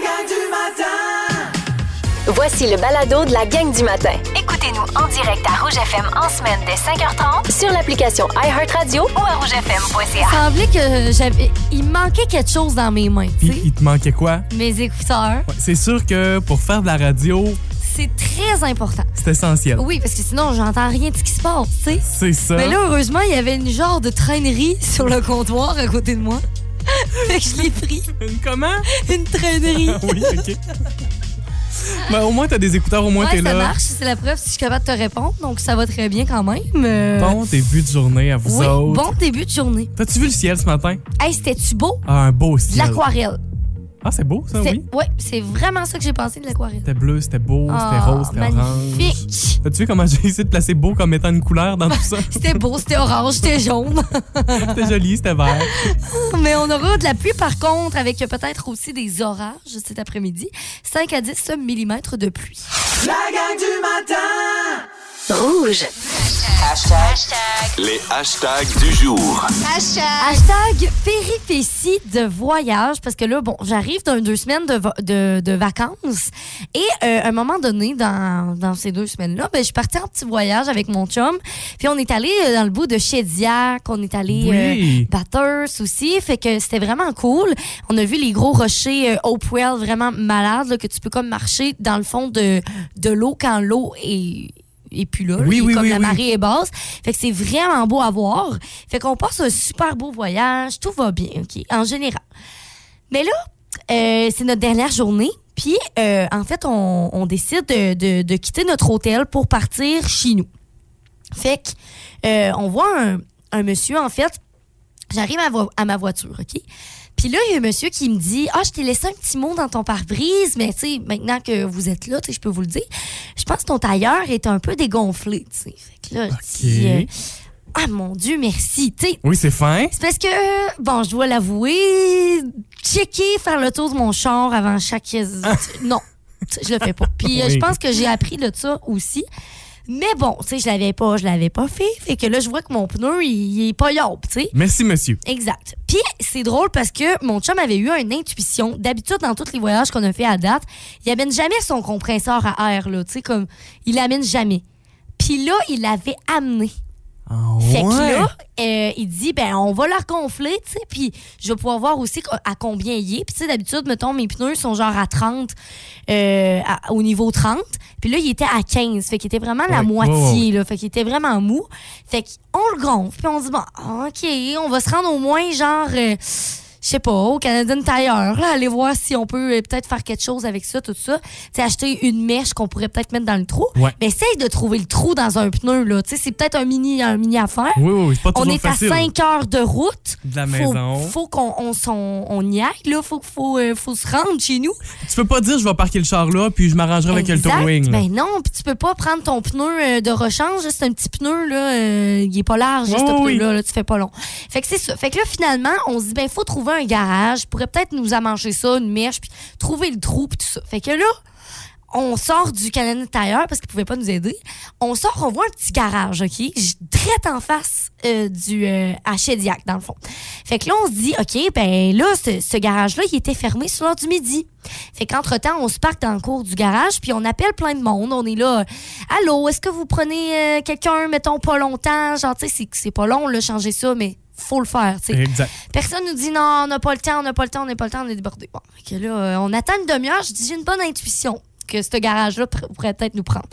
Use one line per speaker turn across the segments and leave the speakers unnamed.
gang du matin
Voici le balado de la gang du matin
Écoutez-nous en direct à Rouge FM en semaine dès 5h30
sur l'application iHeartRadio.
ou à rougefm.ca.
Il semblait que j'avais. Il me manquait quelque chose dans mes mains, tu
Puis
sais.
il te manquait quoi?
Mes écouteurs.
Ouais, C'est sûr que pour faire de la radio,
C'est très important.
c'est essentiel.
Oui, parce que sinon, j'entends rien de ce qui se passe, tu sais.
C'est ça.
Mais là, heureusement, il y avait une genre de traînerie sur le comptoir à côté de moi. Fait que je l'ai pris.
Une comment?
Une traînerie.
Oui, OK. Mais au moins, t'as des écouteurs, au moins,
Ouais,
t'es
ça
là.
marche, c'est la preuve si je suis capable de te répondre, donc ça va très bien quand même. Euh,
Bon début de journée à vous
oui,
autres.
bon début de journée.
T'as-tu vu le ciel ce matin?
Hey, c'était-tu beau?
Ah, un beau
De
ciel.
l'aquarelle.
Ah, c'est beau, ça,
C'est-
oui.
ouais, c'est vraiment ça que j'ai pensé de l'aquarelle.
C'était bleu, c'était beau, c'était
Ah,
rose, c'était orange.
magnifique.
T'as-tu vu comment j'ai essayé de placer beau comme étant une couleur dans tout ça?
C'était beau, c'était orange, c'était jaune.
c'était joli, c'était vert.
Mais on aura de la pluie par contre, avec peut-être aussi des orages cet après-midi. 5 à 10 millimètres de pluie.
La gang du matin
Rouge.
Les hashtags du jour.
Hashtag péripétie de voyage, parce que là, bon, j'arrive d'un deux semaines de, va- de, de vacances. Et euh, à un moment donné, dans, dans ces deux semaines-là, ben, je suis partie en petit voyage avec mon chum. Puis on est allé euh, dans le bout de Chédiac, on est allé euh,
Oui.
Batters aussi. Fait que c'était vraiment cool. On a vu les gros rochers euh, Hopewell vraiment malades, là, que tu peux comme marcher dans le fond de, de l'eau quand l'eau est. Et puis là,
Oui,
là,
oui,
comme
oui,
la
oui.
marée est basse. Fait que c'est vraiment beau à voir. Fait qu'on passe un super beau voyage. Tout va bien, OK, en général. Mais là, euh, c'est notre dernière journée. Puis, euh, en fait, on, on décide de, de- de quitter notre hôtel pour partir chez nous. Fait que, euh, on voit un, un monsieur, en fait, j'arrive à, vo- à ma voiture, OK? Puis là, il y a un monsieur qui me dit Ah, je t'ai laissé un petit mot dans ton pare-brise, mais tu sais, maintenant que vous êtes là, tu sais, je peux vous le dire. Je pense que ton tailleur est un peu dégonflé, tu sais. Fait que là, je dis, euh, Ah, mon Dieu, merci. Tu sais,
Oui, c'est fin.
c'est parce que, bon, je dois l'avouer, checker, faire le tour de mon char avant chaque. non, je le fais pas. Puis euh,
Oui.
je pense que j'ai appris de ça aussi. Mais bon, tu sais, je l'avais pas, je l'avais pas fait. Fait que là, je vois que mon pneu, il, il est pas yob, tu sais.
Merci, monsieur.
Exact. Puis c'est drôle parce que mon chum avait eu une intuition. D'habitude, dans tous les voyages qu'on a fait à date, il amène jamais son compresseur à air, là. Tu sais, comme, il l'amène jamais. Puis là, il l'avait amené.
Ah,
Fait que
ouais.
là, euh, il dit, ben, on va leur gonfler, tu sais, puis je vais pouvoir voir aussi co- à combien il est. Puis, tu sais, d'habitude, mettons, mes pneus sont genre à 30, euh, à- au niveau 30. Puis là, il était à 15. Fait qu'il était vraiment la
Ouais.
moitié,
Ouais, ouais,
là. Fait qu'il était vraiment mou. Fait qu'on le gonfle, puis on dit, bon, OK, on va se rendre au moins, genre, euh, je sais pas, au Canadian Tire, là, aller voir si on peut euh, peut-être faire quelque chose avec ça, tout ça. Tu sais, acheter une mèche qu'on pourrait peut-être mettre dans le trou.
Ouais.
Mais essaye de trouver le trou dans un pneu, là. Tu sais, c'est peut-être un mini, un mini affaire.
Oui, oui, oui, c'est pas
On
toujours
est
facile.
à 5 heures de route.
De la
faut,
maison.
Faut qu'on on, s'en- on y aille, là. Faut, faut, euh, faut se rendre chez nous.
Tu peux pas dire je vais parquer le char là, puis je m'arrangerai avec le
Exact.
towing. là.
Ben non, puis tu peux pas prendre ton pneu euh, de rechange. C'est un petit pneu, là. euh, il est pas large,
Oui,
ce
Oh oui.
pneu-là. là, tu fais pas long. Fait que c'est ça. Fait que là, finalement, on se dit, ben, faut trouver un garage. Je pourrais peut-être nous amancher ça, une mèche, puis trouver le trou, puis tout ça. Fait que là, on sort du Canadian Tire parce qu'ils pouvaient pas nous aider. On sort, on voit un petit garage, OK? J- Très en face euh, du euh, à Chédiac, dans le fond. Fait que là, on se dit, OK, ben là, ce, ce garage-là, il était fermé sur l'heure du midi. Fait qu'entre-temps, on se parque dans le cours du garage, puis on appelle plein de monde. On est là, euh, Allô, est-ce que vous prenez euh, quelqu'un, mettons, pas longtemps? Genre, tu sais, c'est- c'est pas long, là, changer ça, mais faut le faire, tu sais.
Exact.
Personne nous dit non, on n'a pas le temps, on n'a pas le temps, on n'a pas le temps, on est débordé. Bon, fait que là, euh, on attend une demi-heure, je dis j'ai une bonne intuition que ce garage-là pr- pourrait peut-être nous prendre.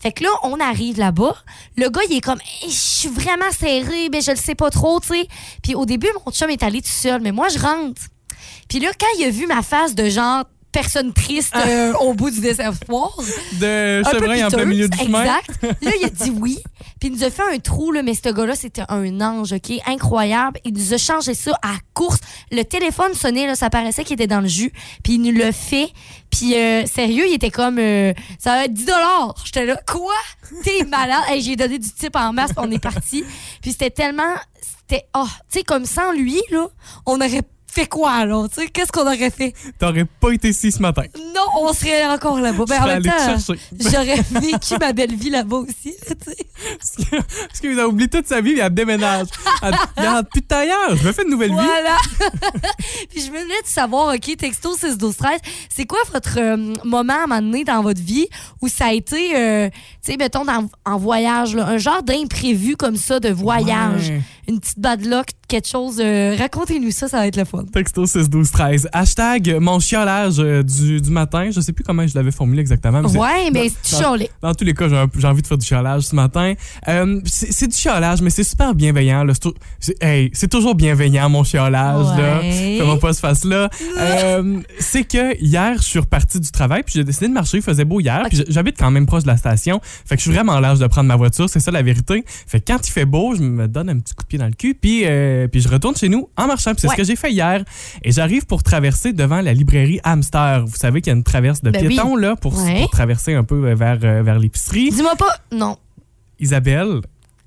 Fait que là, on arrive là-bas. Le gars, il est comme, Hey, je suis vraiment serré, mais je le sais pas trop, tu sais. Puis au début, mon chum est allé tout seul, mais moi, je rentre. Puis là, quand il a vu ma face de genre, personne triste euh, au bout du désespoir.
De
Un peu
chevreuil en plein
piteuse,
milieu du chemin.
Exact. Là, il a dit oui. Puis il nous a fait un trou, là, mais ce gars-là, c'était un ange, OK? Incroyable. Il nous a changé ça à course. Le téléphone sonnait, là, ça paraissait qu'il était dans le jus. Puis il nous l'a fait. Puis euh, sérieux, il était comme, euh, ça va être 10 J'étais là, quoi? T'es malade? Hey, J'ai donné du type en masse, on est parti. Puis c'était tellement... C'était... Oh, tu sais, comme sans lui, là, on aurait fait quoi, là? Tu sais, qu'est-ce qu'on aurait fait?
T'aurais pas été ici ce matin.
Non, on serait encore là-bas. Ben,
Je
en
vais
même
aller te
temps,
chercher.
j'aurais vécu ma belle vie là-bas aussi. là, tu sais.
Parce qu'il a oublié toute sa vie, puis elle déménage. Elle dit, Regarde, plus de tailleur, je me fais une nouvelle vie.
voilà. Puis je voulais te savoir, OK, texto 6 12 13 c'est quoi votre euh, moment à un moment donné dans votre vie où ça a été, euh, tu sais, mettons, dans- en voyage, là, un genre d'imprévu comme ça, de voyage.
Ouais.
Une petite bad luck, quelque chose. euh, Racontez-nous ça, ça va être le fun.
Texto 6 12 13 Hashtag euh, mon chiolage euh, du, du matin. Je sais plus comment je l'avais formulé exactement. mais c'est-
Ouais, mais tu
dans-
chialais.
Dans tous les cas, j'ai un- j'ai envie de faire du chiolage ce matin. Euh, c'est c'est du chiolage, mais c'est super bienveillant. là. C'est tou- c'est- hey, c'est toujours bienveillant, mon chiolage.
Ouais.
Là. Comment pas se fasse là. Euh, c'est que hier, je suis reparti du travail, puis j'ai décidé de marcher. Il faisait beau hier, puis j'habite quand même proche de la station. Fait que je suis vraiment en l'âge de prendre ma voiture, c'est ça la vérité. Fait que quand il fait beau, je me donne un petit coup de pied dans le cul, puis, euh, puis je retourne chez nous en marchant. Puis c'est
Ouais.
ce que j'ai fait hier. Et j'arrive pour traverser devant la librairie Hamster. Vous savez qu'il y a une traverse de
Ben oui.
piétons, là, pour,
Ouais.
pour traverser un peu euh, vers, euh, vers l'épicerie.
Dis-moi pas, non.
Isabelle,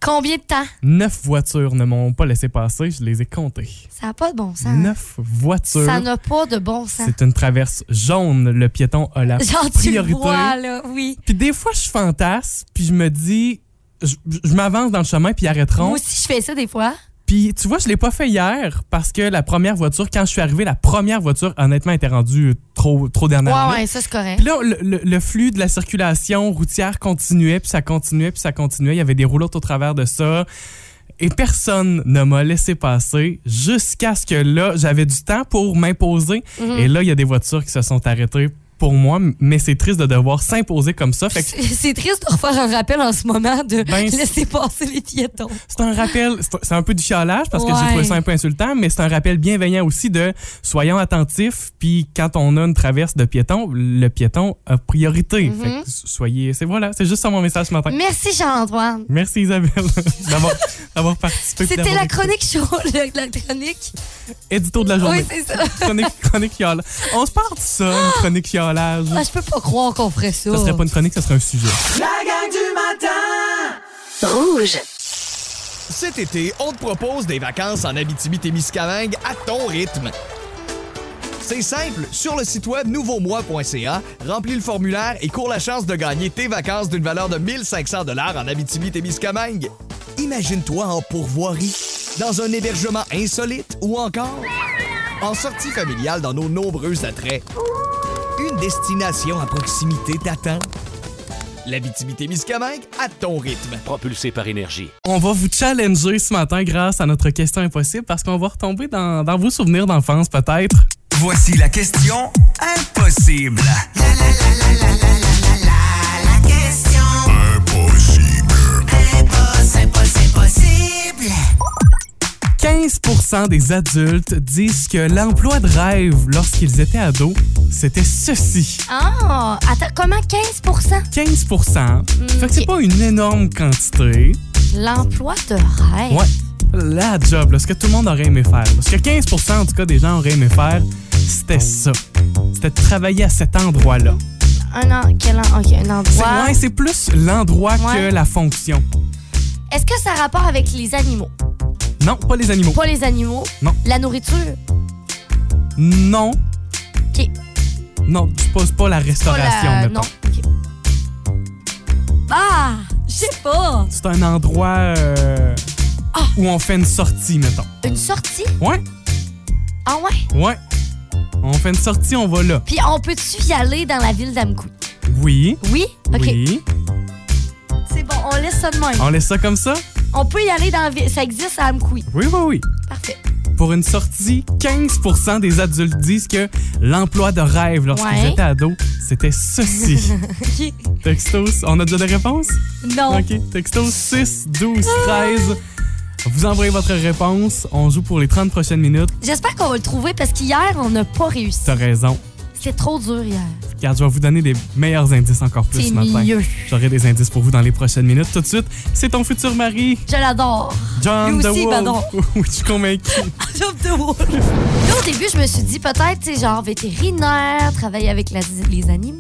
Combien de temps?
neuf voitures ne m'ont pas laissé passer, je les ai comptées.
Ça n'a pas de bon sens.
Neuf voitures.
Ça n'a pas de bon sens.
C'est une traverse jaune, le piéton a la
Genre, tu le
priorité.
vois, là, oui.
Puis des fois, je fantasme, puis je me dis, je, je m'avance dans le chemin, puis ils arrêteront.
Moi aussi, je fais ça des fois.
Puis tu vois, je l'ai pas fait hier parce que la première voiture, quand je suis arrivé, la première voiture, honnêtement, était rendue trop, trop dernière.
Ouais,
minute.
ouais, ça, c'est correct.
Puis là, le, le- le flux de la circulation routière continuait, puis ça continuait, puis ça continuait. Il y avait des roulottes au travers de ça. Et personne ne m'a laissé passer jusqu'à ce que là, j'avais du temps pour m'imposer. Et là, il y a des voitures qui se sont arrêtées pour moi, mais c'est triste de devoir s'imposer comme ça. Fait que
C'est c'est triste de refaire un rappel en ce moment de
Ben, c'est-
laisser passer les piétons.
c'est un rappel, c'est un- c'est un peu du chialage parce que j'ai
Ouais.
trouvé ça un peu insultant, mais c'est un rappel bienveillant aussi de soyons attentifs, puis quand on a une traverse de piéton, le piéton a priorité. Fait que soyez, c'est voilà, c'est juste ça mon message ce matin.
Merci, Jean-Antoine.
Merci Isabelle d'avoir, d'avoir participé. puis
C'était
d'avoir
la
écouté.
chronique show, la, la chronique.
Édito de la journée.
Oui, c'est ça.
chronique, chronique chialage. On se parle de ça, une chronique chialage.
Ah, oh. je peux pas croire qu'on ferait ça.
Ça serait pas une chronique, ça serait un sujet.
La gang du matin!
Rouge.
Cet été, on te propose des vacances en Abitibi-Témiscamingue à ton rythme. C'est simple, sur le site web nouveaumois.ca, remplis le formulaire et cours la chance de gagner tes vacances d'une valeur de 1500 dollars en Abitibi-Témiscamingue. Imagine-toi en pourvoirie, dans un hébergement insolite ou encore en sortie familiale dans nos nombreux attraits. Une destination à proximité t'attend. L'Abitibi-Témiscamingue à ton rythme.
Propulsé par énergie.
On va vous challenger ce matin grâce à notre question impossible parce qu'on va retomber dans, dans vos souvenirs d'enfance peut-être.
Voici la question impossible.
Impossible.
15 des adultes disent que l'emploi de rêve lorsqu'ils étaient ados, c'était ceci.
Ah, attends, comment 15
15 Fait que c'est
ok.
pas une énorme quantité.
L'emploi de rêve.
Ouais. La job, là, ce que tout le monde aurait aimé faire. Ce que 15 en tout cas des gens auraient aimé faire, c'était ça. C'était de travailler à cet endroit-là.
Un, en- quel en- ok, un
C'est
endroit.
ouais, c'est plus l'endroit
Ouais.
que la fonction.
Est-ce que ça a rapport avec les animaux?
Non, pas les animaux.
Pas les animaux.
Non.
La nourriture.
Non.
Ok.
Non, tu poses pas la
Pas la-
restauration. mettons.
Non. ok. Ah, je sais pas.
C'est un endroit euh,
Ah.
où on fait une sortie, mettons.
Une sortie?
Ouais,
Ah ouais?
ouais. On fait une sortie, on va là.
Puis on peut-tu y aller dans la ville d'Amkoui?
Oui.
Oui? OK.
Oui. Ah.
C'est bon, on laisse ça de même.
On laisse ça comme ça?
On peut y aller dans la ville. Ça existe à Amkoui.
Oui, oui, oui.
Parfait.
Pour une sortie, 15 des adultes disent que l'emploi de rêve lorsqu'ils
Ouais.
étaient ados, c'était ceci.
OK.
Textos, on a déjà des réponses?
Non.
OK. Textos 6, 12, 13. Vous envoyez votre réponse. On joue pour les 30 prochaines minutes.
J'espère qu'on va le trouver parce qu'hier, on n'a pas réussi.
T'as raison.
C'était trop dur hier.
Regarde, je vais vous donner des meilleurs indices encore plus
C'est
ce matin.
mieux.
J'aurai des indices pour vous dans les prochaines minutes. Tout de suite, c'est ton futur mari,
Je l'adore.
John
Lui
The
aussi,
Wolf.
pardon.
Oui, je suis convaincu.
Là, au début, je me suis dit peut-être, tu sais, genre vétérinaire, travailler avec la- les animaux.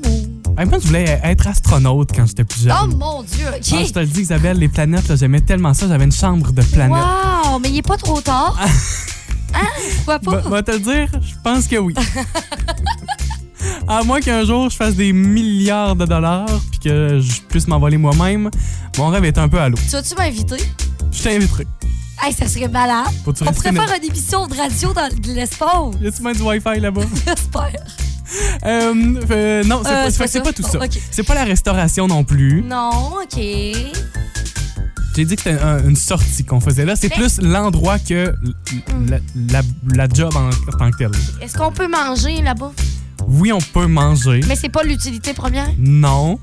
Hey, moi, je voulais être astronaute quand j'étais plus jeune.
Oh mon Dieu,
Ah,
OK.
je te le dis, Isabelle, les planètes, là, j'aimais tellement ça. J'avais une chambre de planètes.
Wow, mais il est pas trop tard.
Ah.
hein? Pourquoi pas?
Va te le dire, je pense que oui. à moins qu'un jour je fasse des milliards de dollars puis que je puisse m'envoler moi-même, mon rêve est un peu à l'eau.
Tu vas-tu m'inviter?
Je t'inviterai.
Hey, ça serait malade.
Faut-tu
On pourrait
rester une-
faire une émission de radio dans de l'espace.
Y a-tu bien du Wi-Fi là-bas?
J'espère.
Euh, euh, non, c'est
Euh, c'est
pas-
pas
fait que c'est
ça.
pas, tout ça.
Oh, ok.
C'est pas la restauration non plus.
Non, OK.
J'ai dit que c'était un- une sortie qu'on faisait là. C'est
Mais- Mm.
plus l'endroit que l- la, la- la job en tant que telle.
Est-ce qu'on peut manger là-bas?
Oui, on peut manger.
Mais c'est pas l'utilité première.
Non,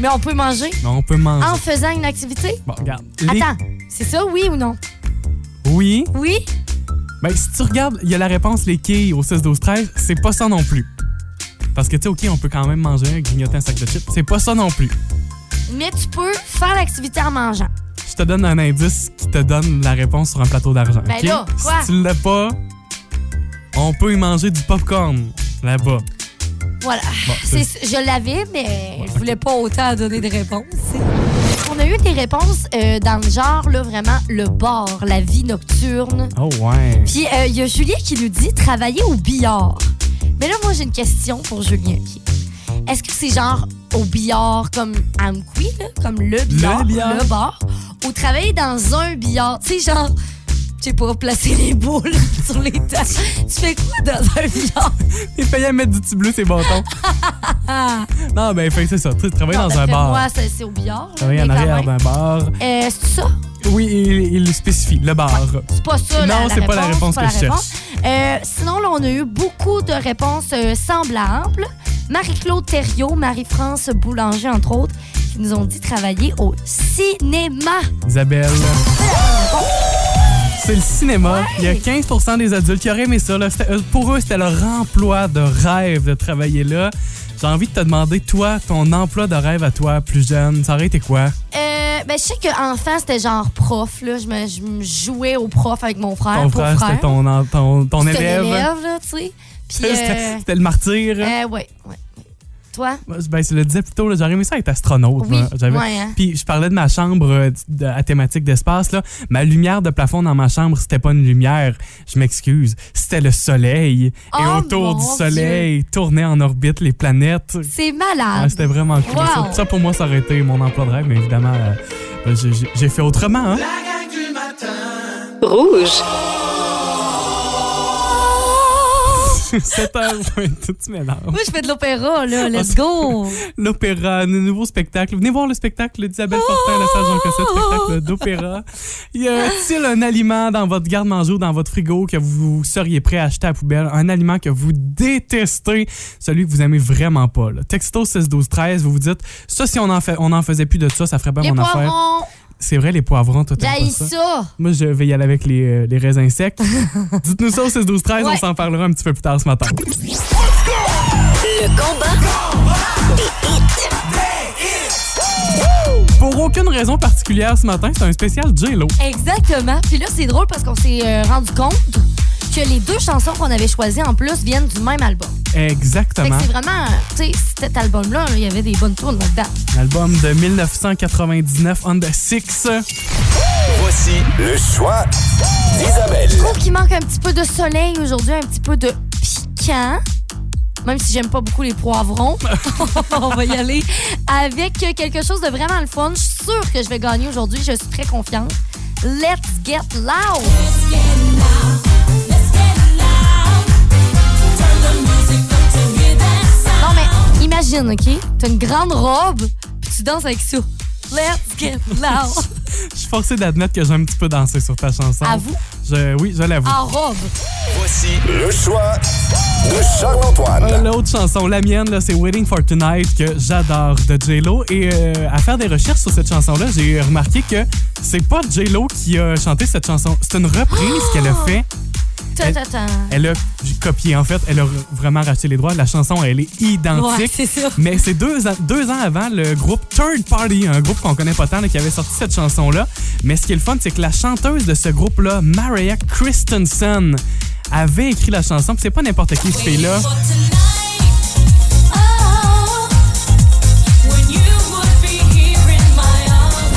Mais on peut manger
non, on peut manger.
en faisant une activité.
Bon, regarde. Les-
Attends, c'est ça, oui ou non?
Oui.
Oui?
Ben, si tu regardes, il y a la réponse les quilles au 16 12 13, c'est pas ça non plus. Parce que tu sais, OK, on peut quand même manger un grignoter un sac de chips, c'est pas ça non plus.
Mais tu peux faire l'activité en mangeant.
Je te donne un indice qui te donne la réponse sur un plateau d'argent.
Ben
OK?
là, quoi?
Si tu l'as pas, on peut y manger du popcorn là-bas.
Voilà. Ah,
Bon,
C'est- je l'avais, mais je voulais pas autant donner de réponses. On a eu des réponses euh, dans le genre, là, vraiment, le bar, la vie nocturne.
Oh ouais.
Puis euh, il y a Julien qui nous dit travailler au billard. Mais là, moi, j'ai une question pour Julien. OK. Est-ce que c'est genre au billard comme Amqui, là, comme le billard,
billard.
bar, ou travailler dans un billard, tu sais, genre, tu sais, pour placer les boules sur les tables. Tu fais quoi dans un billard?
Il payé à mettre du petit bleu ses bâtons. non, ben fait que c'est ça, tu sais, travailler
Non,
dans
ben,
un
fais-
bar.
Moi, c'est c'est au billard. là,
Travailler en
mais quand
arrière ben.
même.
d'un bar.
Euh, c'est ça?
Oui, il, il spécifie, le bar.
C'est pas ça. la-
Non, c'est pas la réponse
c'est
que je
réponse. Euh, sinon, là, on a eu beaucoup de réponses euh, semblables. Marie-Claude Thériault, Marie-France Boulanger, entre autres, qui nous ont dit travailler au cinéma.
Isabelle. C'est le cinéma. Il y a 15 des adultes qui auraient aimé ça. là. C'était- euh, Pour eux, c'était leur emploi de rêve de travailler là. J'ai envie de te demander, toi, ton emploi de rêve à toi, plus jeune, ça aurait été quoi?
Euh, ben, je sais qu'enfant, c'était genre prof. Là. Je, me, je me jouais au prof avec mon Ah, frère.
ton
pauvre
frère, c'était ton, en- ton, ton
C'était
élève.
l'élève, là, tu sais. Puis,
C'était
euh,
c'était le martyr.
euh, ouais, ouais. Toi?
Moi, Ben, je le disais plus tôt, là, j'aurais aimé ça être astronaute.
Oui,
moi. J'avais-
ouais, hein.
Puis je parlais de ma chambre euh, de- à thématique d'espace. là. Ma lumière de plafond dans ma chambre, c'était pas une lumière, je m'excuse. C'était le soleil. Et
Oh,
autour
mon
du soleil, tournaient en orbite les planètes.
C'est
Ouais,
malade.
c'était vraiment cool.
Ah, Wow.
Ça. Ça, pour moi, ça aurait été mon emploi de rêve, mais évidemment, euh, ben, j'ai- j'ai- j'ai fait autrement.
La
hein.
gang du matin.
Rouge.
7h20, tu mélanges.
Moi, je fais de l'opéra,
Ah,
là. Let's go.
l'opéra, un nouveau spectacle. Venez voir le spectacle d'Isabelle Fortin, la sage Jean Cossette, spectacle d'opéra. Y a-t-il un aliment dans votre garde-manger ou dans votre frigo que vous seriez prêt à acheter à la poubelle? Un aliment que vous détestez, celui que vous aimez vraiment pas. là. Texto 6 12 13, vous vous dites, ça, si on en, fait, on en faisait plus de ça, ça ferait bien
Les
mon affaire.
poivrons,
C'est vrai, les poivrons, toi, t'aimes pas
j'haïs
ça.
ça.
Moi, je vais y aller avec les, euh, les raisins secs. Dites-nous ça au 6 12 13, on
Ouais.
s'en parlera un petit peu plus tard ce matin.
Le combat.
Pour aucune raison particulière ce matin, c'est un spécial J-Lo.
Exactement. Puis là, c'est drôle parce qu'on s'est euh, rendu compte que les deux chansons qu'on avait choisies en plus viennent du même album. Fait que
Exactement.
c'est vraiment, euh, tu sais, cet album-là, là, il y avait des bonnes tournes là-dedans.
L'album de 1999, On The Six.
Voici le choix d'Isabelle.
Je trouve qu'il manque un petit peu de soleil aujourd'hui, un petit peu de piquant. Même si j'aime pas beaucoup les poivrons, on va y aller avec quelque chose de vraiment le fun. Je suis sûre que je vais gagner aujourd'hui. Je suis très confiante. Let's get loud! Non, mais imagine, OK? T'as une grande robe, puis tu danses avec ça. Let's get loud!
Je suis forcé d'admettre que j'ai un petit peu dansé sur ta chanson.
À vous?
Je- oui, je l'avoue.
En robe.
Voici le choix de Charles-Antoine.
Euh, L'autre chanson, la mienne, là, c'est Waiting for Tonight, que j'adore de J-Lo. Et euh, à faire des recherches sur cette chanson-là, j'ai
Ah!
remarqué que c'est pas J-Lo qui a chanté cette chanson. C'est une reprise qu'elle a fait.
Ta, ta, ta.
Elle a j'ai copié, en fait, elle a vraiment racheté les droits. La chanson, elle est
Ouais,
identique.
c'est ça.
mais c'est deux ans, deux ans avant le groupe Third Party, un groupe qu'on connaît pas tant, là, qui avait sorti cette chanson-là. Mais ce qui est le fun, c'est que la chanteuse de ce groupe-là, Maria Christensen, avait écrit la chanson. Puis c'est pas n'importe qui, ce fille-là.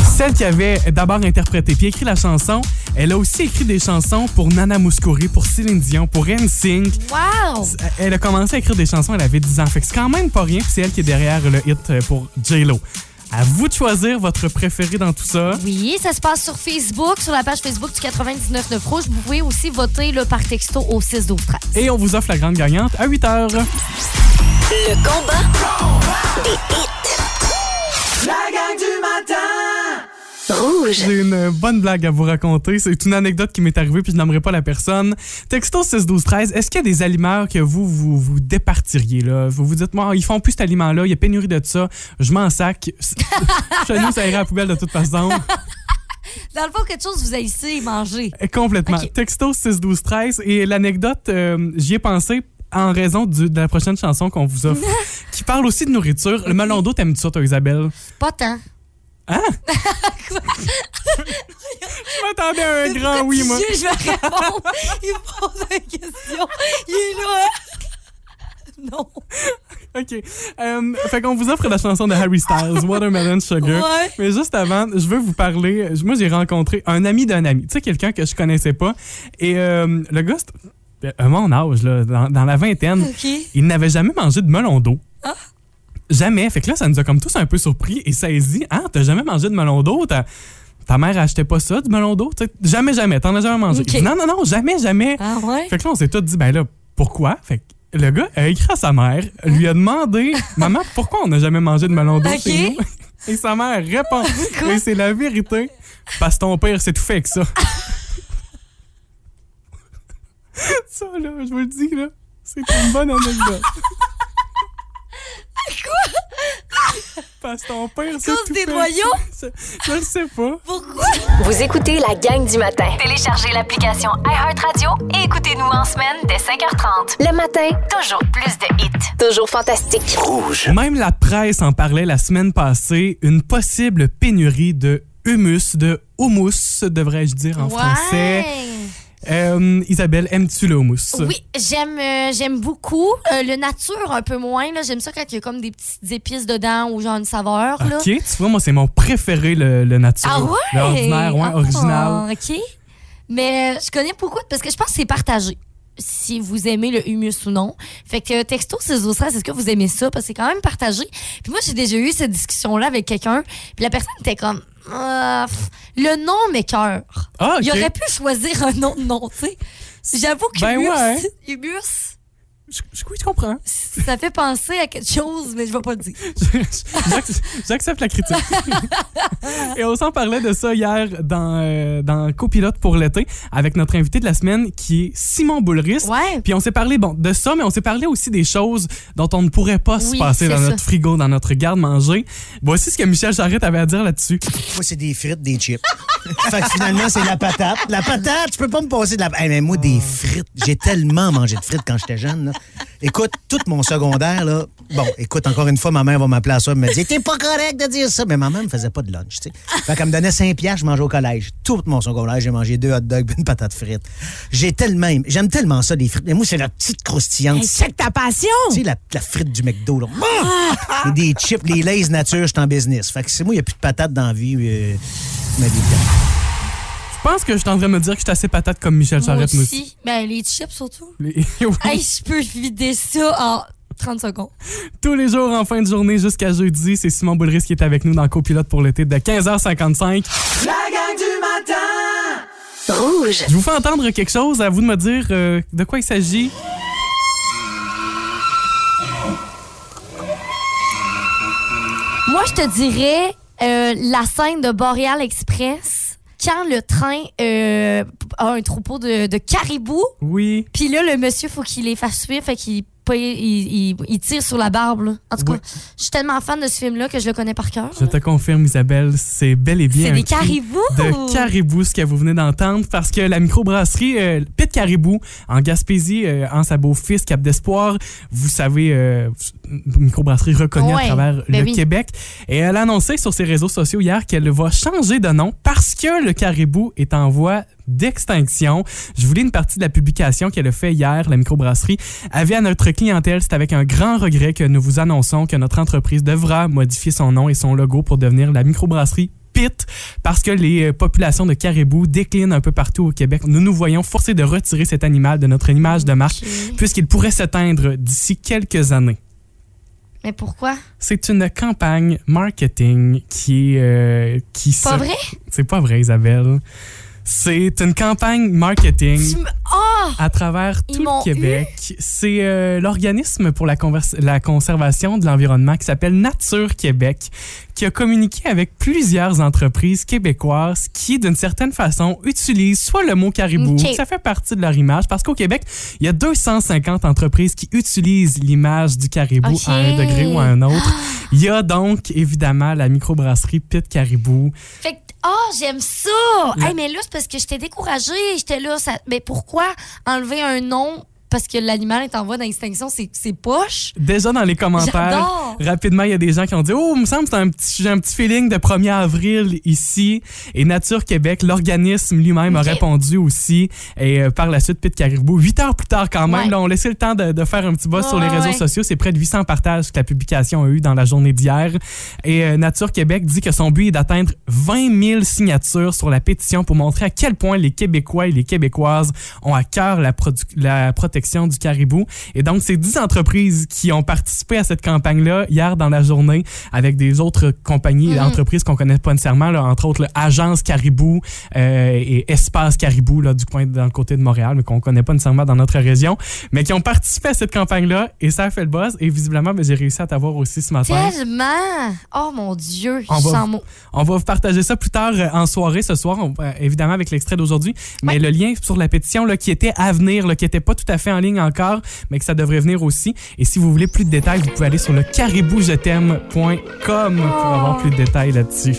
Celle qui avait d'abord interprété puis écrit la chanson, elle a aussi écrit des chansons pour Nana Mouskouri, pour Céline Dion, pour NSYNC.
Wow!
Elle a commencé à écrire des chansons, elle avait 10 ans. Fait que c'est quand même pas rien, puis c'est elle qui est derrière le hit euh, pour J-Lo. À vous de choisir votre préféré dans tout ça.
Oui, ça se passe sur Facebook, sur la page Facebook du 99.9 Rouge. Vous pouvez aussi voter là, par texto au 6 12 13.
Et on vous offre la grande gagnante à 8 heures.
Le combat.
La gang du matin
Rouge.
J'ai une bonne blague à vous raconter. C'est une anecdote qui m'est arrivée, puis je n'aimerais pas la personne. Texto 6 12 13 est-ce qu'il y a des aliments que vous vous, vous départiriez? Là? Vous vous dites, moi, ils font plus cet aliment-là, il y a pénurie de ça, je m'en sac. Chez nous, ça irait à la poubelle de toute
Dans
façon.
le fond, quelque chose vous a ici manger.
Complètement.
Ok.
Texto 6 12 13 et l'anecdote, euh, j'y ai pensé en raison du- de la prochaine chanson qu'on vous offre, qui parle aussi de nourriture. Le melon d'eau, t'aimes-tu ça, toi, Isabelle?
Pas tant.
Je m'attendais à un grand oui, moi.
Je, je vais répondre. Il me pose une question. Il est là. Non.
OK. Euh, fait qu'on vous offre la chanson de Harry Styles, Watermelon Sugar.
Ouais.
Mais juste avant, je veux vous parler. Moi, j'ai rencontré un ami d'un ami. Tu sais, quelqu'un que je connaissais pas. Et euh, le gars, c'est- à mon âge, là, dans, dans la vingtaine,
OK. Ah.
il n'avait jamais mangé de melon d'eau. Jamais. Fait que là, ça nous a comme tous un peu surpris et saisi. Ah, t'as jamais mangé de melon d'eau? Ta, ta mère achetait pas ça, du melon d'eau? Tu sais, Jamais, jamais. T'en as jamais mangé.
Ok.
Il dit, non, non, non, jamais, jamais.
Ah ouais?
Fait que là, on s'est tous dit, ben là, pourquoi? Fait que le gars a écrit à sa mère, lui a demandé, maman, pourquoi on n'a jamais mangé de melon d'eau chez
Ok.
nous? Et sa mère répond, mais c'est la vérité, parce que ton père s'est tout fait avec ça. ça, là, je vous le dis, là, c'est une bonne anecdote. Quoi? Parce que ton père s'est
cause
tout
des
fait-
noyaux?
Je le sais pas.
Pourquoi?
Vous écoutez la gang du matin.
Téléchargez l'application iHeartRadio et écoutez-nous en semaine dès 5h30.
Le matin,
Toujours plus de hits.
toujours fantastique.
Même la presse en parlait la semaine passée, une possible pénurie de humus, de houmous, devrais-je dire en français. Euh, Isabelle, aimes-tu le houmous?
Oui, j'aime euh, j'aime beaucoup. Euh, le nature, un peu moins. là. J'aime ça quand il y a comme des petites épices dedans ou genre une saveur. Là.
Ok, tu vois, moi, c'est mon préféré, le, le nature.
Ah ouais?
Le ordinaire, ouais,
Ah,
original.
OK. Mais euh, je connais beaucoup de- parce que je pense que c'est partagé. Si vous aimez le humus ou non. Fait que euh, texto, c'est est-ce que vous aimez ça? Parce que c'est quand même partagé. Puis moi, j'ai déjà eu cette discussion-là avec quelqu'un. Puis la personne était comme, Ah, pff, le nom m'écœure.
Ah,
Il
ok.
aurait pu choisir un autre nom, tu sais. J'avoue que
Ben
humus,
ouais.
humus,
Je, je- oui, je comprends.
ça fait penser à quelque chose, mais je vais pas le dire.
Je- je- j'ac- J'accepte la critique. Et on s'en parlait de ça hier dans, euh, dans Copilote pour l'été avec notre invité de la semaine qui est Simon Boulris.
Ouais.
Puis on s'est parlé bon, de ça, mais on s'est parlé aussi des choses dont on ne pourrait pas se
Oui,
passer
c'est
dans
ça.
notre frigo, dans notre garde-manger. Voici ce que Michel Charette avait à dire là-dessus.
Moi, c'est des frites, des chips. fait que finalement, c'est la patate. La patate, je peux pas me passer de la. Hey, mais moi, des frites. J'ai tellement mangé de frites quand j'étais jeune. là. Écoute, tout mon secondaire, là. Bon, écoute, encore une fois, ma mère va m'appeler à ça. Elle me dit T'es pas correct de dire ça. Mais ma mère me faisait pas de lunch, tu sais. Fait qu'elle me donnait 5 piastres, je mangeais au collège. Tout mon secondaire, j'ai mangé deux hot dogs et une patate frite. J'ai tellement. aimé- J'aime tellement ça, des frites. Mais moi, c'est la petite croustillante.
Check ta passion!
Tu sais, la, la frite du McDo, là. Ah! Et des chips, des lays nature, je suis en business. Fait que c'est moi, il n'y a plus de patates dans la vie. euh, ma vie dedans.
Je pense que je suis en train de me dire que je suis assez patate comme Michel
Moi
Charette,
aussi. Ben, les chips surtout.
Les- oui.
Hey, je peux vider ça en 30 secondes.
Tous les jours en fin de journée jusqu'à jeudi, c'est Simon Boulris qui est avec nous dans Copilote pour l'été de 15h55.
La gang du matin
Rouge.
Je vous fais entendre quelque chose, à vous de me dire euh, de quoi il s'agit.
Moi, je te dirais euh, la scène de Boreal Express quand le train euh, a un troupeau de, de caribous.
Oui.
Puis là, le monsieur, faut qu'il les fasse suivre, fait qu'il pas- il, il- il tire sur la barbe. là. En tout cas,
Oui.
je suis tellement fan de ce film-là que je le connais par cœur.
Je te confirme, Isabelle, c'est bel et bien.
C'est
un
des
cri
caribous!
De caribou, ce que vous venez d'entendre, parce que la microbrasserie euh, Pit Caribou en Gaspésie, euh, en sa beau-fils, Cap d'Espoir, vous savez, euh, une microbrasserie reconnue
Ouais,
à travers
ben
le
oui.
Québec. Et elle a annoncé sur ses réseaux sociaux hier qu'elle va changer de nom parce que le caribou est en voie d'extinction. Je vous lis une partie de la publication qu'elle a fait hier, la microbrasserie. Avis à notre clientèle, c'est avec un grand regret que nous vous annonçons que notre entreprise devra modifier son nom et son logo pour devenir la microbrasserie Pit parce que les euh, populations de caribou déclinent un peu partout au Québec. Nous nous voyons forcés de retirer cet animal de notre image de marque
Ok.
puisqu'il pourrait s'éteindre d'ici quelques années.
Mais pourquoi?
C'est une campagne marketing qui est... euh, qui
Pas
se-
vrai?
C'est pas vrai, Isabelle. C'est une campagne marketing
Tu me- Oh!
à travers
Ils
tout
m'ont
le Québec. C'est euh, l'organisme pour la, convers- la conservation de l'environnement qui s'appelle Nature Québec, qui a communiqué avec plusieurs entreprises québécoises qui, d'une certaine façon, utilisent soit le mot caribou,
Ok.
ça fait partie de leur image, parce qu'au Québec, il y a 250 entreprises qui utilisent l'image du caribou
Ok. Ah!
à un degré ou à un autre. Il y a donc, évidemment, la microbrasserie Pit Caribou.
Fait que, oh, j'aime ça! Hey, mais là, c'est parce que j'étais découragée. J'étais là, ça... mais pourquoi enlever un nom parce que l'animal est en voie d'extinction? C'est c'est poche?
Déjà dans les commentaires,
J'adore!
rapidement, il y a des gens qui ont dit Oh, il me semble que c'est un petit, j'ai un petit feeling de 1er avril ici. Et Nature Québec, l'organisme lui-même, a
Ok.
répondu aussi. Et euh, par la suite, Pete Caribou, 8 heures plus tard quand même,
Ouais.
là, on laissait le temps de, de faire un petit buzz
Ouais,
sur les
ouais,
réseaux
ouais.
sociaux. C'est près de 800 partages que la publication a eu dans la journée d'hier. Et euh, Nature Québec dit que son but est d'atteindre 20 000 signatures sur la pétition pour montrer à quel point les Québécois et les Québécoises ont à cœur la, produ- la protection du caribou. Et donc, c'est 10 entreprises qui ont participé à cette campagne-là hier dans la journée avec des autres compagnies et
Mhm.
entreprises qu'on connaît pas nécessairement, là, entre autres là, Agence Caribou euh, et Espace Caribou là, du coin dans le côté de Montréal, mais qu'on connaît pas nécessairement dans notre région, mais qui ont participé à cette campagne-là et ça a fait le buzz. Et visiblement, ben, j'ai réussi à t'avoir aussi ce matin.
Tellement! Oh mon Dieu, je
On
suis
va-
sans mots.
On va vous partager ça plus tard euh, en soirée ce soir, on- euh, évidemment avec l'extrait d'aujourd'hui. Mais le lien sur la pétition là, qui était à venir, là, qui n'était pas tout à fait en ligne encore, mais que ça devrait venir aussi. Et si vous voulez plus de détails, vous pouvez aller sur le cariboujet'aime.com pour avoir plus de détails là-dessus.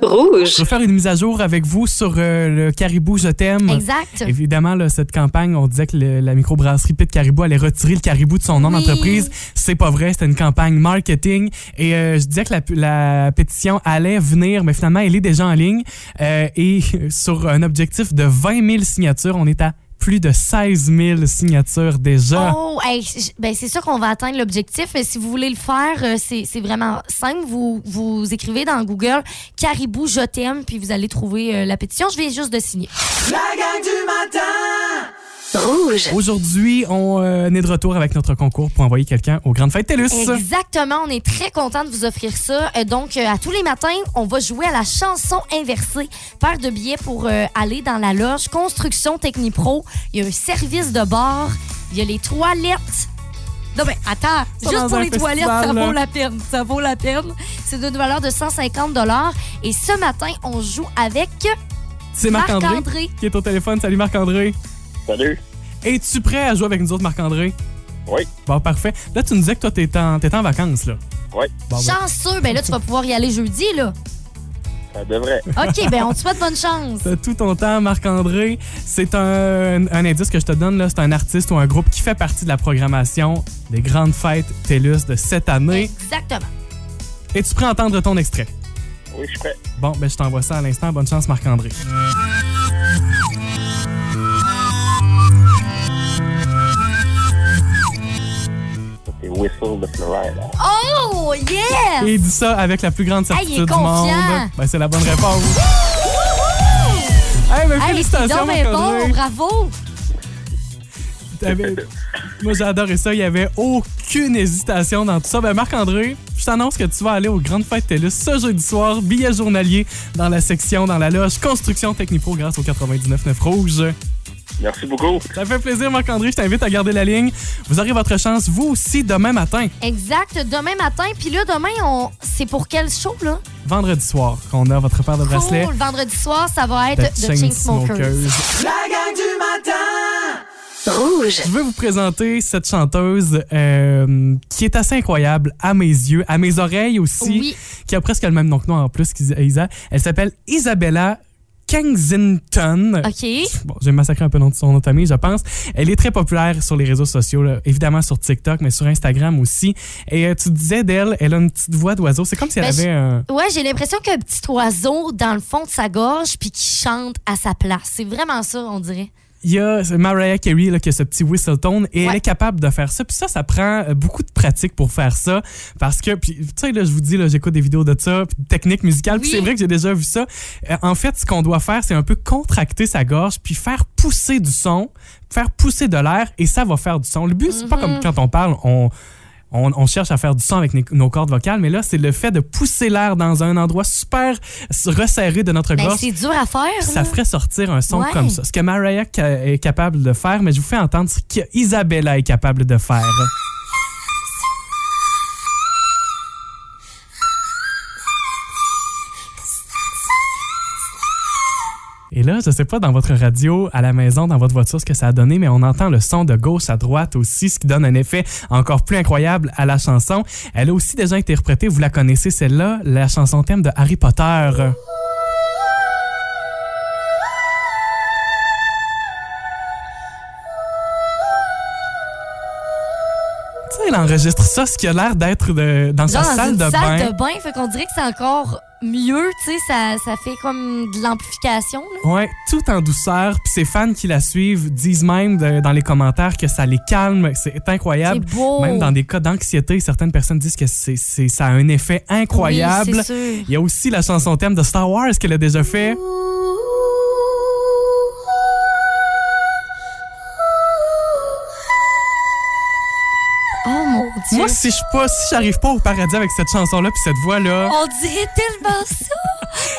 Je
Rouge.
vais faire une mise à jour avec vous sur euh, le Caribou Je t'aime.
Exact.
Évidemment, là, cette campagne, on disait que le- la microbrasserie Pit Caribou allait retirer le caribou de son nom
Oui.
d'entreprise. C'est pas vrai, c'était une campagne marketing. Et euh, je disais que la, la pétition allait venir, mais finalement, elle est déjà en ligne. Euh, et sur un objectif de 20 000 signatures, on est à plus de 16 000 signatures déjà.
Oh, hey, j- ben c'est sûr qu'on va atteindre l'objectif, mais si vous voulez le faire, euh, c'est c'est vraiment simple. Vous, vous écrivez dans Google Caribou, je t'aime, puis vous allez trouver euh, la pétition. Je viens juste de signer.
La gang du matin!
Rouge.
Aujourd'hui, on euh, est de retour avec notre concours pour envoyer quelqu'un aux Grandes Fêtes TELUS.
Exactement, on est très content de vous offrir ça. Euh, donc, euh, à tous les matins, on va jouer à la chanson inversée. Paire de billets pour euh, aller dans la loge Construction Technipro. Il y a un service de bar. Il y a les toilettes. Non, mais attends,
Pas
juste
dans
pour
un
les toilettes,
festival,
ça
là.
vaut la peine. Ça vaut la peine. C'est d'une valeur de 150 Et ce matin, on joue avec
C'est Marc-André
Marc-André.
qui est au téléphone. Salut Marc-André.
Salut.
Es-tu prêt à jouer avec nous autres, Marc-André?
Oui.
Bon, parfait. Là, tu nous disais que toi, t'es en, t'es en vacances, là.
Oui.
Bon, ben,
Chanceux, ben là, tu vas pouvoir y aller jeudi, là.
Ça devrait.
OK, ben on te souhaite bonne chance.
t'as tout ton temps, Marc-André. C'est un, un indice que je te donne, là. C'est un artiste ou un groupe qui fait partie de la programmation des grandes fêtes TELUS de cette année.
Exactement.
Et tu prêt à entendre ton extrait?
Oui, je suis prêt.
Bon, ben, je t'envoie ça à l'instant. Bonne chance, Marc-André.
Ça, C'est Whistle de Florida. là.
Oh, yeah!
Et il dit ça avec la plus grande certitude
il est
du
confiant.
monde. Ben, c'est la bonne réponse.
Hey,
Hey, ben,
mais c'est
félicitations,
donc bien
Marc-André.
bon, bravo!
T'avais- Moi, j'ai adoré ça. Il y avait aucune hésitation dans tout ça. Ben, Marc-André, je t'annonce que tu vas aller aux Grandes Fêtes TELUS ce jeudi soir, billet journalier dans la section, dans la loge Construction Technipro grâce au 99.9 Rouge.
Merci beaucoup.
Ça fait plaisir, Marc-André. Je t'invite à garder la ligne. Vous aurez votre chance, vous aussi, demain matin,
Exact, demain matin. Puis là, demain, on... c'est pour quel show, là?
vendredi soir, qu'on a votre paire de bracelets.
Cool, vendredi soir, ça va
de
être The Chainsmokers.
Chainsmokers.
La gang du matin!
Rouge.
Je veux vous présenter cette chanteuse euh, qui est assez incroyable à mes yeux, à mes oreilles aussi, qui a presque le même nom que nous en plus qu'Isa. Elle s'appelle Isabella Kensington.
OK.
Bon, j'ai massacré un peu nom de son nom de famille, je pense. Elle est très populaire sur les réseaux sociaux, là. évidemment sur TikTok, mais sur Instagram aussi. Et euh, tu disais d'elle, elle a une petite voix d'oiseau. C'est comme si
Ben,
elle avait
je-
un...
Ouais, j'ai l'impression qu'un petit oiseau dans le fond de sa gorge puis qui chante à sa place. C'est vraiment ça, on dirait.
Il y a Mariah Carey là, qui a ce petit whistle tone et elle est capable de faire ça. Puis ça, ça prend euh, beaucoup de pratique pour faire ça. Parce que, puis, tu sais, là, je vous dis, là, j'écoute des vidéos de ça, puis de technique musicale. Puis c'est vrai que j'ai déjà vu ça. Euh, en fait, ce qu'on doit faire, c'est un peu contracter sa gorge, puis faire pousser du son, faire pousser de l'air, et ça va faire du son. Le but, c'est pas
Mm-hmm.
comme quand on parle, on. On, on cherche à faire du son avec nos- nos cordes vocales, mais là, c'est le fait de pousser l'air dans un endroit super resserré de notre
Ben,
gorge.
c'est dur à faire.
Puis ça
là.
ferait sortir un son
Ouais.
comme ça. Ce que Mariah ca- est capable de faire, mais je vous fais entendre ce que Isabella est capable de faire. Et là, je sais pas dans votre radio, à la maison, dans votre voiture, ce que ça a donné, mais on entend le son de gauche à droite aussi, ce qui donne un effet encore plus incroyable à la chanson. Elle a aussi déjà interprété, vous la connaissez celle-là, la chanson thème de Harry Potter. Tu sais, elle enregistre ça, ce qui a l'air d'être de- dans sa
Genre dans
salle,
une
de,
salle
bain.
de bain, fait qu'on dirait que c'est encore mieux, tu sais, ça, ça fait comme de l'amplification. là.
Ouais, tout en douceur. Puis ses fans qui la suivent disent même de- dans les commentaires que ça les calme. C'est incroyable.
C'est beau.
Même dans des cas d'anxiété, certaines personnes disent que c'est, c'est- ça a un effet incroyable.
Oui, c'est sûr.
Il y a aussi la chanson thème de Star Wars qu'elle a déjà fait.
Oh mon dieu.
Moi, si je suis pas, si j'arrive pas au paradis avec cette chanson-là puis cette voix-là,
On dirait tellement ça.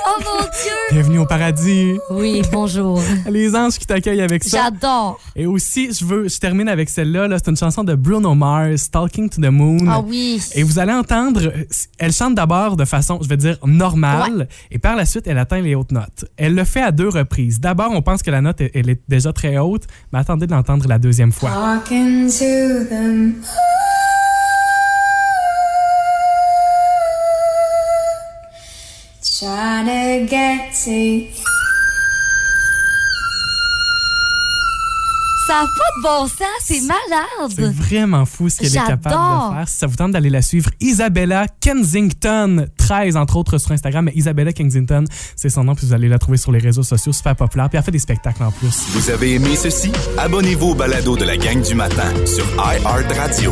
Oh mon dieu.
bienvenue au paradis.
Oui, bonjour.
Les anges qui t'accueillent avec ça.
J'adore.
Et aussi, je veux, je termine avec celle-là. là. c'est une chanson de Bruno Mars, Talking to the Moon.
Ah oui.
Et vous allez entendre, euh, elle chante d'abord de façon, je vais dire, normale, et par la suite, elle atteint les hautes notes. Elle le fait à deux reprises. D'abord, on pense que la note, elle- elle est déjà très haute, mais attendez de l'entendre la deuxième
Ah.
fois.
Talking to them. Trying to get to.
Ça n'a pas de bon sens, c'est
C'est
malade.
vraiment fou ce qu'elle est capable
J'adore.
de faire. Si ça vous tente d'aller la suivre, Isabella Kensington, 13 entre autres sur Instagram, mais Isabella Kensington, c'est son nom, puis vous allez la trouver sur les réseaux sociaux, super populaire, puis elle fait des spectacles en plus.
Vous avez aimé ceci?
Abonnez-vous au balado de la gang du matin sur iHeartRadio.